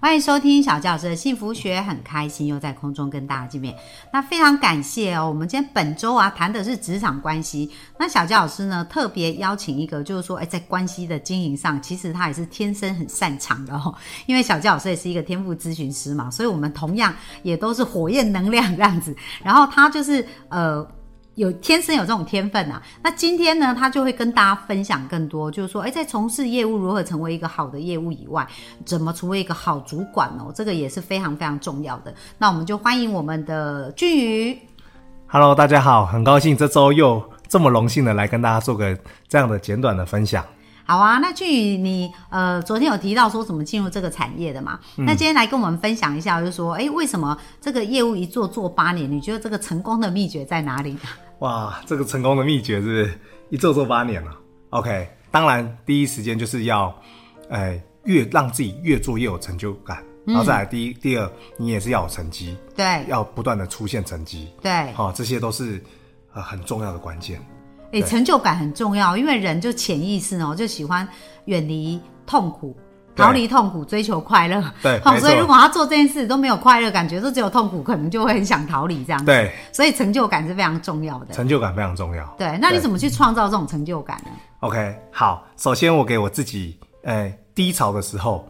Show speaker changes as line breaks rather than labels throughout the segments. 欢迎收听小纪老师的幸福学，很开心又在空中跟大家见面。那非常感谢哦，我们今天本周啊谈的是职场关系，那小教老师呢，特别邀请一个，就是说，哎，在关系的经营上，其实他也是天生很擅长的哦。 因为小教老师也是一个天赋咨询师嘛，所以我们同样也都是火焰能量这样子。然后他就是呃。有天生有这种天分啊，那今天呢，他就会跟大家分享更多，就是说，哎，在从事业务如何成为一个好的业务以外，怎么成为一个好主管哦，这个也是非常非常重要的。那我们就欢迎我们的俊宇，
Hello，大家好，很高兴这周又这么荣幸的来跟大家做个这样的简短的分享。
好啊，那俊宇，你呃，昨天有提到说怎么进入这个产业的嘛？
嗯
那今天来跟我们分享一下，就是说，哎，为什么这个业务一做做八年？你觉得这个成功的秘诀在哪里？
哇，这个成功的秘诀是不是一做做八年了。OK，当然第一时间就是要，呃，越让自己越做越有成就感，然后再来第一、第二，你也是要有成绩，
对
要不断的出现成绩，
对，哎、
好、这些都是呃很重要的关键。
哎成就感很重要，因为人就潜意识哦，就喜欢远离痛苦。
对
逃离痛苦，追求快乐。
对
好、
没错
所以如果他做这件事都没有快乐感觉，都只有痛苦，可能就会很想逃离这样子。，
对，
所以成就感是非常重要的。
成就感非常重要。
对，那你
对
怎么去创造这种成就感呢？
OK，好，首先我给我自己，呃，低潮的时候，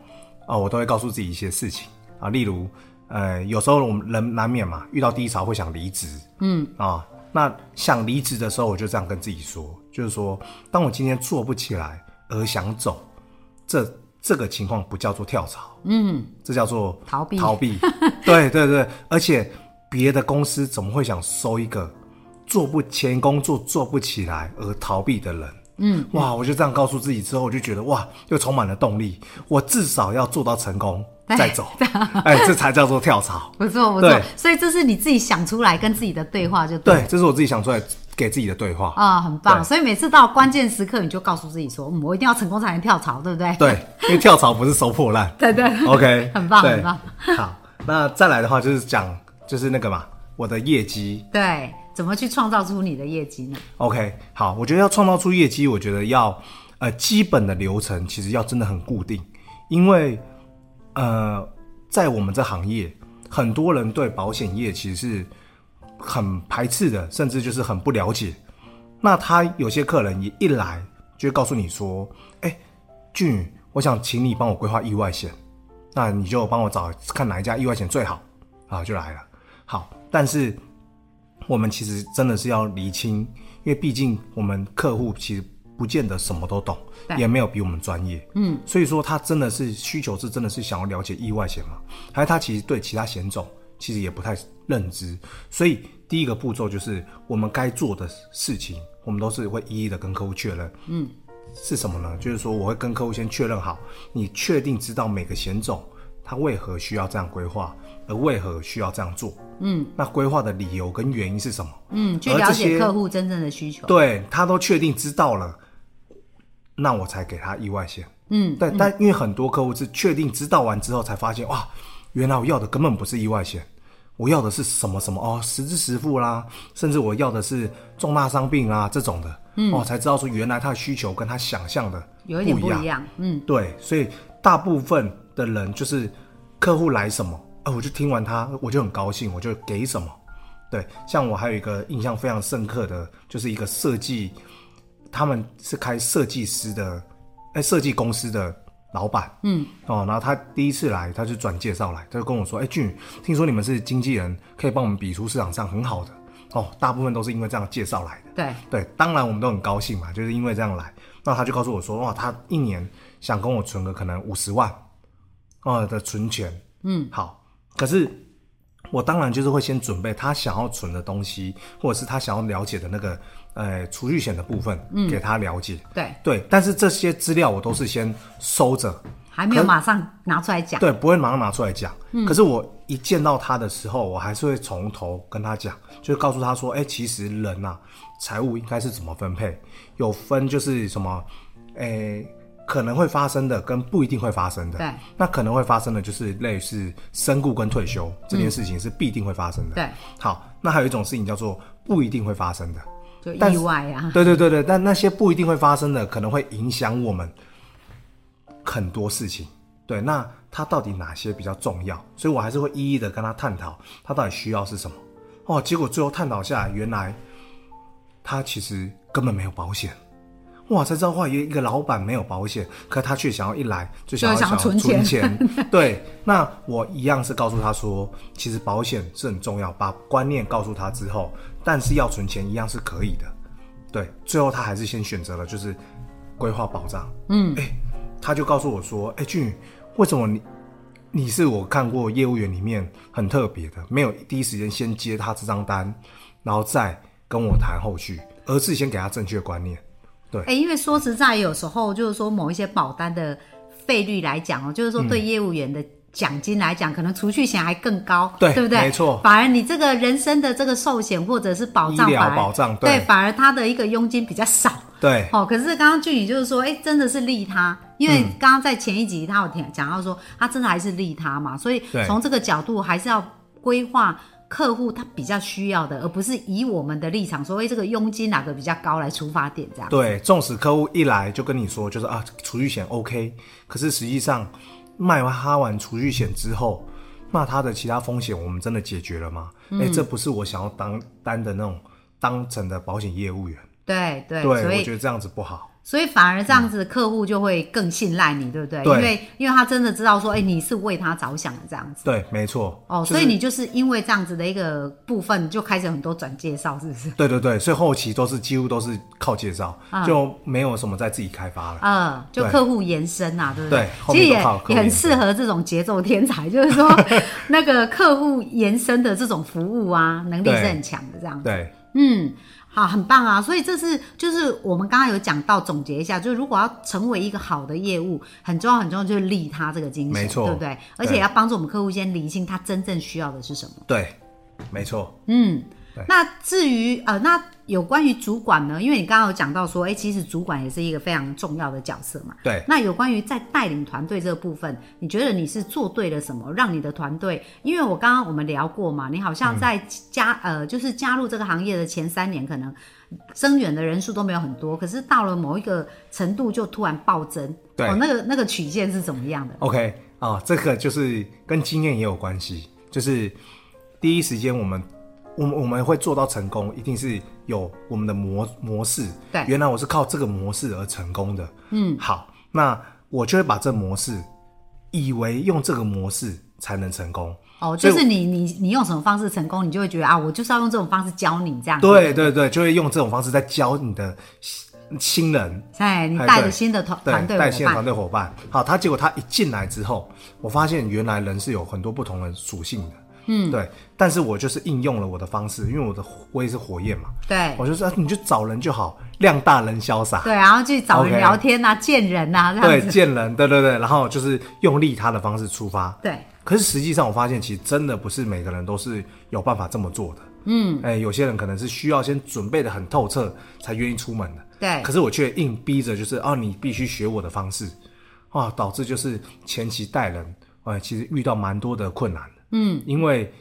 啊、我都会告诉自己一些事情啊，例如，呃，有时候我们人难免嘛，遇到低潮会想离职，嗯，啊，那想离职的时候，我就这样跟自己说，就是说，当我今天做不起来而想走，这这个情况不叫做跳槽，
嗯，
这叫做
逃避
逃避， 对对对，而且别的公司怎么会想收一个做不前工作做不起来而逃避的人？嗯，哇，我就这样告诉自己之后，我就觉得哇，又充满了动力。我至少要做到成功再走，哎，这才叫做跳槽。
不错不错
对，
所以这是你自己想出来跟自己的对话就对了
对，这是我自己想出来给自己的对话。
啊、很棒！
对
所以每次到关键时刻，你就告诉自己说：“嗯，我一定要成功才能跳槽，对不对？”
对，因为跳槽不是收破烂，
对对
OK，
很棒
对
很棒。
好，那再来的话就是讲，就是那个嘛，我的业绩。
对，怎么去创造出你的业绩呢？
OK，好，我觉得要创造出业绩，我觉得要呃基本的流程其实要真的很固定，因为呃在我们这行业，很多人对保险业其实是很排斥的，甚至就是很不了解。那他有些客人也一来就会告诉你说：“哎、俊宇，我想请你帮我规划意外险，那你就帮我找看哪一家意外险最好啊，就来了。好，但是我们其实真的是要厘清，因为毕竟我们客户其实不见得什么都懂，
对
也没有比我们专业，嗯，所以说他真的是需求是真的是想要了解意外险吗？还是他其实对其他险种其实也不太认知，所以第一个步骤就是我们该做的事情，我们都是会一一的跟客户确认，是什么呢？就是说我会跟客户先确认好，你确定知道每个险种它为何需要这样规划，而为何需要这样做。嗯，那规划的理由跟原因是什么？
嗯，去
而
了
这
解
些
客户真正的需求。
对他都确定知道了，那我才给他意外险。嗯，对，但因为很多客户是确定知道完之后才发现，哇，原来我要的根本不是意外险，我要的是什么什么哦，实支实付啦，甚至我要的是重大伤病啦这种的，嗯、哦，才知道说原来他的需求跟他想象的
有一点
不
不
一样
一。样，嗯，
对，所以大部分的人就是客户来什么，啊，我就听完他，我就很高兴，我就给什么。对，像我还有一个印象非常深刻的，就是一个设计，他们是开设计师的，哎，设计公司的老板，嗯，哦，然后他第一次来，他就转介绍来，他就跟我说，哎，俊宇，听说你们是经纪人，可以帮我们比出市场上很好的，哦，大部分都是因为这样介绍来的。
对，
对，当然我们都很高兴嘛，就是因为这样来。那他就告诉我说，哇，他一年想跟我存个可能五十万，哦的存钱，嗯，好。可是我当然就是会先准备他想要存的东西，或者是他想要了解的那个呃储蓄险的部分，给他了解。
对，
对，但是这些资料我都是先收着，
还没有
可
马上拿出来讲。嗯
对，不会马上拿出来讲。可是我一见到他的时候，我还是会从头跟他讲，就是告诉他说，哎、其实人呐、财务应该是怎么分配，有分就是什么，哎、可能会发生的跟不一定会发生的，
对，
那可能会发生的就是类似身故跟退休这件事情是必定会发生的。
嗯对，
好，那还有一种事情叫做不一定会发生的，
就
但
意
是
外啊，
对对对对，但那些不一定会发生的，可能会影响我们很多事情。对，那它到底哪些比较重要？所以我还是会一一的跟他探讨，他到底需要是什么。哦，结果最后探讨下来，原来他其实根本没有保险。哇，才知道哇，一个老板没有保险，可他却想要一来就想
就
要
想
想要
存
存
钱
钱对，那我一样是告诉他说，其实保险是很重要，把观念告诉他之后，但是要存钱一样是可以的。对，最后他还是先选择了就是规划保障。嗯，哎、他就告诉我说，哎、俊宇，为什么你你是我看过业务员里面很特别的，没有第一时间先接他这张单，然后再跟我谈后续，而是先给他正确观念。
哎、因为说实在，有时候就是说某一些保单的费率来讲哦，就是
嗯
说对业务员的奖金来讲，可能除去险还更高，
对
不对？
没错
反而你这个人生的这个寿险或者是保障，
医疗
反而
保障
对
对
反而他的一个佣金比较少。
对，
哦，可是刚刚俊宇就是说，哎、真的是利他，因为
嗯
刚刚在前一集他有讲讲到说，他真的还是利他嘛，所以
对
从这个角度还是要规划客户他比较需要的，而不是以我们的立场说，哎、这个佣金哪个比较高来出发点这样。
对，纵使客户一来就跟你说，就是啊，储蓄险 OK，可是实际上卖完哈完储蓄险之后，那它的其他风险我们真的解决了吗？
嗯
哎、这不是我想要当担的那种当成的保险业务员。
对对，
对，
所
我
以
觉得这样子不好。
所以反而这样子，客户就会更信赖你，对不对？
嗯对
因为因为他真的知道说，哎、你是为他着想的这样子。
对，没错。
哦，
就是
所以你就是因为这样子的一个部分，就开始很多转介绍，是不 是？
对对对，所以后期都是几乎都是靠介绍，就没有什么在自己开发了。
嗯，就
对
客户延伸啊，对不
对后
其实
面
也
都靠客户
也很
延伸
适合这种节奏天才，就是 说那个客户延伸的这种服务啊，能力是
对
很强的这样子。
对
嗯，好，很棒啊！所以这是就是我们刚刚有讲到，总结一下，就是如果要成为一个好的业务，很重要很重要就是利他这个精神，
没错
对不对？而且
对
要帮助我们客户先理清他真正需要的是什么。
对，没错。
嗯
对，
那至于呃，那有关于主管呢？因为你刚刚有讲到说，哎，其实主管也是一个非常重要的角色嘛。
对，
那有关于在带领团队这个部分，你觉得你是做对了什么，让你的团队？因为我刚刚我们聊过嘛，你好
嗯
像在加、呃，就是加入这个行业的前三年，可能增援的人数都没有很多，可是到了某一个程度就突然暴增。
对
哦，那个那个曲线是怎么样的？
OK 啊，这个就是跟经验也有关系，就是第一时间我们。我们我们会做到成功，一定是有我们的模模式。
对
原来我是靠这个模式而成功的。嗯，好，那我就会把这模式，以为用这个模式才能成功。
哦，
所以
就是你你你用什么方式成功，你就会觉得啊，我就是要用这种方式教你这样。，
对对对，就会用这种方式在教你的新新人，
哎，你
哎
带
对
着新的团
对
团队
带
伙
新的团
伴，
队伙伴。好，他结果他一进来之后，我发现原来人是有很多不同的属性的。嗯，对，但是我就是应用了我的方式，因为我的我也是火焰嘛，
对
我就说、啊、你就找人就好，量大人潇洒，
对，然后去找人
OK
聊天啊，见人啊，这样
对，
子。
见人，对对对，然后就是用利他的方式出发，
对
可是实际上，我发现其实真的不是每个人都是有办法这么做的。嗯，哎、有些人可能是需要先准备的很透彻，才愿意出门的。
对
可是我却硬逼着，就是啊，你必须学我的方式，啊，导致就是前期带人，啊，其实遇到蛮多的困难的。嗯，因为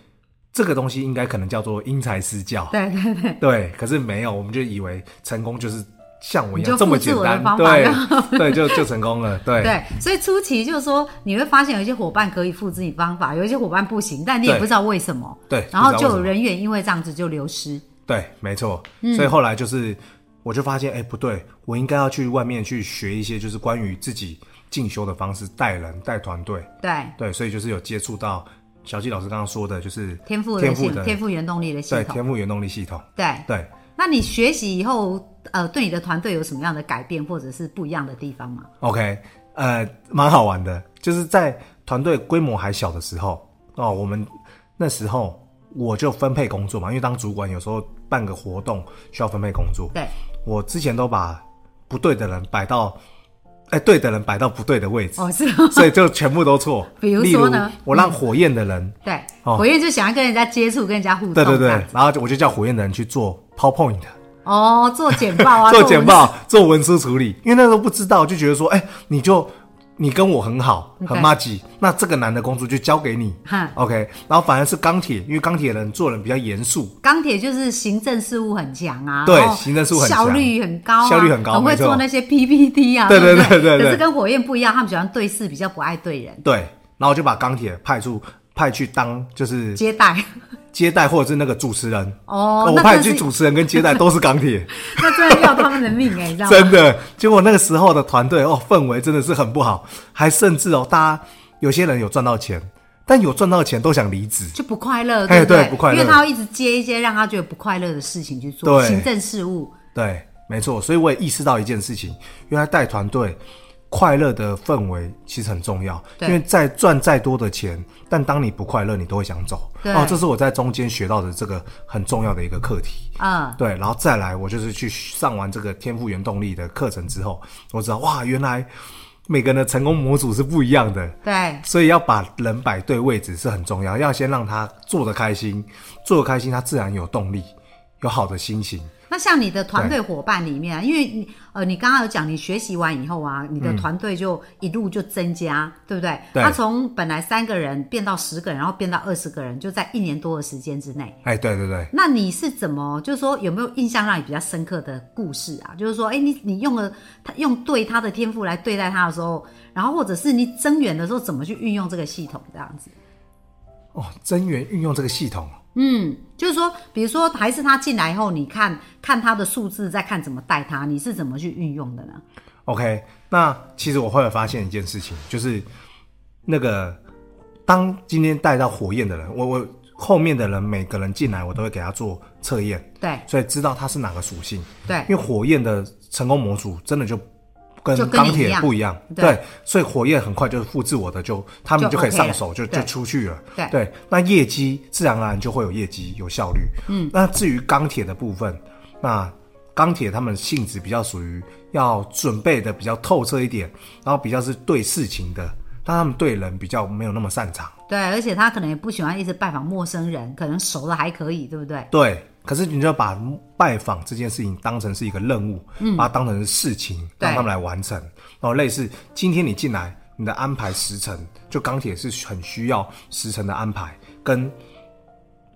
这个东西应该可能叫做因材施教。
对对对
对，可是没有，我们就以为成功就是像我一
你就
样这么
复制
简
我的
单
方，法
对 对，就就成功了。对
对，所以初期就是说，你会发现有一些伙伴可以复制你方法，有一些伙伴不行，但你也
对
不知道为什么。
对
然后
不知
就
道为什
有
么
人嗯员因为这样子就流失。
对，没错。所以后来就是，我就发现，哎、不对，我应该要去外面去学一些，就是关于自己进修的方式，带人、带团队。
对，
对，所以就是有接触到小纪老师刚刚说的，就是
天赋的
天
系
赋的
天赋原动力的系
对
统。
天赋原动力系统。
对，
对，
那你学习以后，呃，对你的团队有什么样的改变，或者是不一样的地方吗？
OK，呃，蛮好玩的，就是在团队规模还小的时候哦，我们那时候我就分配工作嘛，因为当主管有时候办个活动需要分配工作，
对，
我之前都把不对的人摆到，哎、对的人摆到不对的位置，
哦，是，
所以就全部都错
。比如说呢
例如我让火焰的人，
对，
哦
火焰就想要跟人家接触，跟人家互动。
对对
这
对
样，子
然后我就叫火焰的人去做 PowerPoint，
哦，做简报啊，
做简报、做文书处理，因为那时候不知道，就觉得说，哎、你就你跟我很好，很
OK
默契，那这个男的工作就交给你
哈
，OK。然后反而是钢铁，因为钢铁人做人比较严肃，
钢铁就是行政事务很强啊，
对
然后
行政事务很强
效率很高啊、
效率很高
很会
没错
做那些 PPT 啊，
对
对
对
不
对对对
可是跟火焰不一样，他们喜欢对事，比较不爱对人，
对。然后就把钢铁派出派去当就是
接待。
接待或者是那个主持人。
哦，
我
那
派
真
你
的
去
是
主持人跟接待都是钢 铁，
那真的要他们的命哎、你知道吗？
真的。结果那个时候的团队哦，氛围真的是很不好，还甚至哦，大家有些人有赚到钱，但有赚到钱都想离职。
就不快乐，
哎
不
对不快乐
因为他要一直接一些让他觉得不快乐的事情去做，
对
行政事务。
对，没错，所以我也意识到一件事情，原来带团队快乐的氛围其实很重要，
对
因为再赚再多的钱，但当你不快乐，你都会想走。
对
哦，这是我在中间学到的这个很重要的一个课题。
嗯，
对，然后再来，我就是去上完这个天赋原动力的课程之后，我知道哇，原来每个人的成功模组是不一样的。
对，
所以要把人摆对位置是很重要，要先让他做得开心，做得开心，他自然有动力，有好的心情。
那像你的团队伙伴里面啊，因为你呃，你刚刚有讲，你学习完以后啊，你的团队就一路就增加，对不对？
对
他从本来三个人变到十个人，然后变到二十个人，就在一年多的时间之内。
哎，对对对，
那你是怎么，就是说有没有印象让你比较深刻的故事啊？就是说，哎，你你用了他用对他的天赋来对待他的时候，然后或者是你增援的时候，怎么去运用这个系统这样子？
哦，增援运用这个系统，
嗯，就是说，比如说，还是他进来以后，你看看他的数字，再看怎么带他，你是怎么去运用的呢？
OK，那其实我后来发现一件事情，就是那个当今天带到火焰的人，我我后面的人每个人进来，我都会给他做测验，
对
所以知道他是哪个属性。
对
因为火焰的成功模组真的就跟
就跟你
钢铁
一样
不一样，
对
对，所以火焰很快就复制我的就，他们
就
就可以
OK
上
了
手，就就
对
出去了。
对
那业绩自然而然就会有业绩，有效率。嗯，那至于钢铁的部分，那钢铁他们性质比较属于要准备的比较透彻一点，然后比较是对事情的，但他们对人比较没有那么擅长。
对，而且他可能也不喜欢一直拜访陌生人，可能熟了还可以，对不对？
对，可是你就要把拜访这件事情当成是一个任务，把它当成是事情，
嗯对
让他们来完成。然后类似今天你进来，你的安排时程，就钢铁是很需要时程的安排跟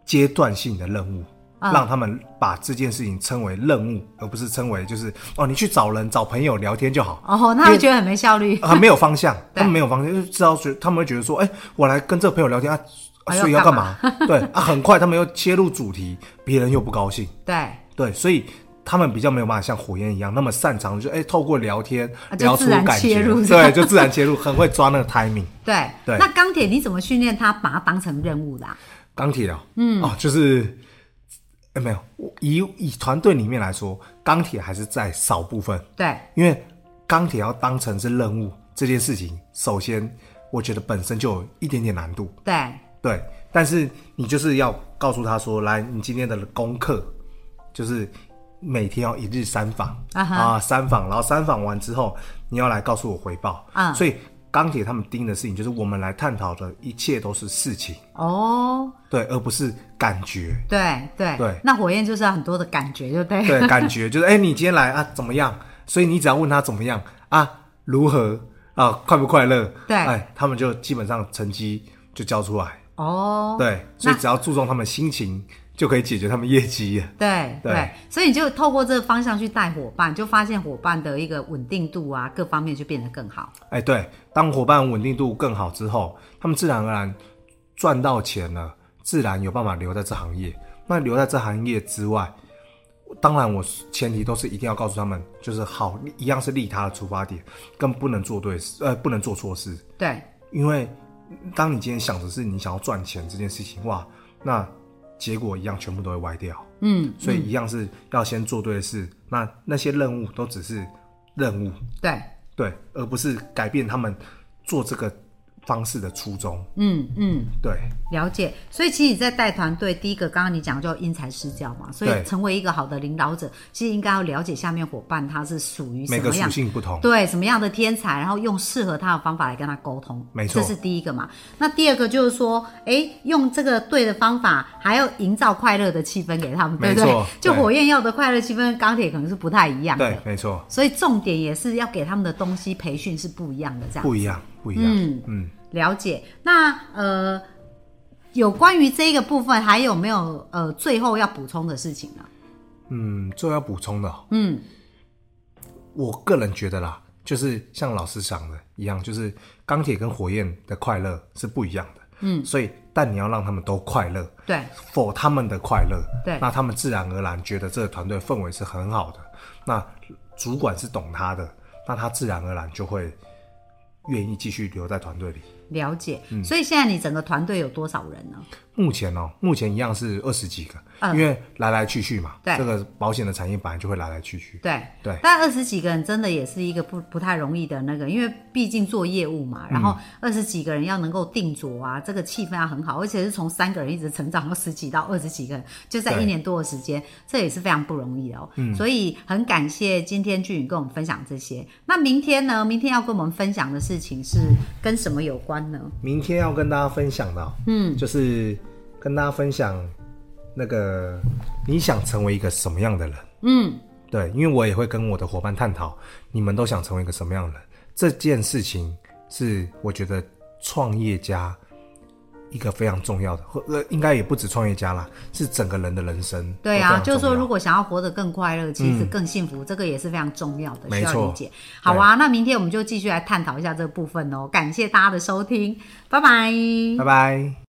阶段性的任务。
嗯
让他们把这件事情称为任务，而不是称为就是哦，你去找人、找朋友聊天就好。
哦，那会觉得很没效率。
很没有方向，
对
他们没有方向，就是知道觉他们会觉得说，哎、我来跟这个朋友聊天啊，啊
啊
所以要
要
干
干
嘛？对啊，很快他们又切入主题，别人又不高兴，
对，
对，所以他们比较没有办法像火焰一样那么擅长，就哎、透过聊天
啊就
聊出
自然
感觉
切，入
对，就自然切入，很会抓那个 timing。
对，
对
那钢铁你怎么训练他，把它当成任务啦、
钢铁啊，嗯，哦，就是，哎、没有，我以以团队里面来说，钢铁还是在少部分，
对，
因为钢铁要当成是任务这件事情，首先我觉得本身就有一点点难度，
对，
对。但是你就是要告诉他说，来，你今天的功课就是每天要一日三访
啊哈
三访，然后三访完之后，你要来告诉我回报
嗯
所以钢铁他们盯的事情就是我们来探讨的一切都是事情，
哦，
对，而不是感觉。
对对
对
那火焰就是要很多的感觉，对不对？
对，感觉就是哎、你今天来啊，怎么样？所以你只要问他怎么样啊，如何啊，快不快乐？
对
哎，他们就基本上成绩就交出来。
哦，
对，所以
那
只要注重他们心情，就可以解决他们业绩了。
对
对
对，所以你就透过这个方向去带伙伴，就发现伙伴的一个稳定度啊，各方面就变得更好。
哎，对，当伙伴稳定度更好之后，他们自然而然赚到钱了，自然有办法留在这行业。那留在这行业之外，当然我前提都是一定要告诉他们，就是好一样是利他的出发点，更不能做对事，呃，不能做错事。
对
因为当你今天想的是你想要赚钱这件事情，哇，那结果一样全部都会歪掉。
嗯，
所以一样是要先做对的事。那那些任务都只是任务，
对
对，而不是改变他们做这个方式的初衷。
嗯嗯，
对，
了解。所以其实你在带团队，第一个刚刚你讲就因材施教嘛，所以
对
成为一个好的领导者，其实应该要了解下面伙伴他是属于什
每个
么
属
样
性不同。
对什么样的天才，然后用适合他的方法来跟他沟通，
没错
这是第一个嘛。那第二个就是说，哎，用这个对的方法，还要营造快乐的气氛给他们，对
没
不对
错？
就
对
火焰要的快乐气氛，跟钢铁可能是不太一样
对
的，，
没错，
所以重点也是要给他们的东西培训是不一样的，这样
不一样，不一样。
嗯了解。那呃，有关于这个部分，还有没有呃最后要补充的事情呢？
嗯，最后要补充的哦、
嗯
我个人觉得啦，就是像老师讲的一样，就是钢铁跟火焰的快乐是不一样的。
嗯，
所以但你要让他们都快乐，
对，
否他们的快乐，
对
那他们自然而然觉得这个团队氛围是很好的，那主管是懂他的，那他自然而然就会愿意继续留在团队里。
了解。所以现在你整个团队有多少人呢？
目前哦，目前一样是二十几个，
嗯
因为来来去去嘛，
对
这个保险的产业本来就会来来去去，
对
对
但二十几个人真的也是一个不不太容易的那个，因为毕竟做业务
嗯
嘛，然后二十几个人要能够定着啊，这个气氛要很好，而且是从三个人一直成长到十几到二十几个人，就在
对嗯
一年多的时间，这也是非常不容易的哦。所以很感谢今天俊宇跟我们分享这些。那明天呢？明天要跟我们分享的事情是跟什么有关呢？
明天要跟大家分享的、嗯，就是跟大家分享那个你想成为一个什么样的人，嗯，对，因为我也会跟我的伙伴探讨，你们都想成为一个什么样的人，这件事情是我觉得创业家一个非常重要的，或呃，应该也不止创业家啦，是整个人的人生都
对
非常
啊
重要，，嗯
就是说，如果想要活得更快乐，其实更幸福，这个也是非常重要的，需
没
要
错
理解。好啊，那明天我们就继续来探讨一下这个部分哦。感谢大家的收听，拜拜。
拜拜。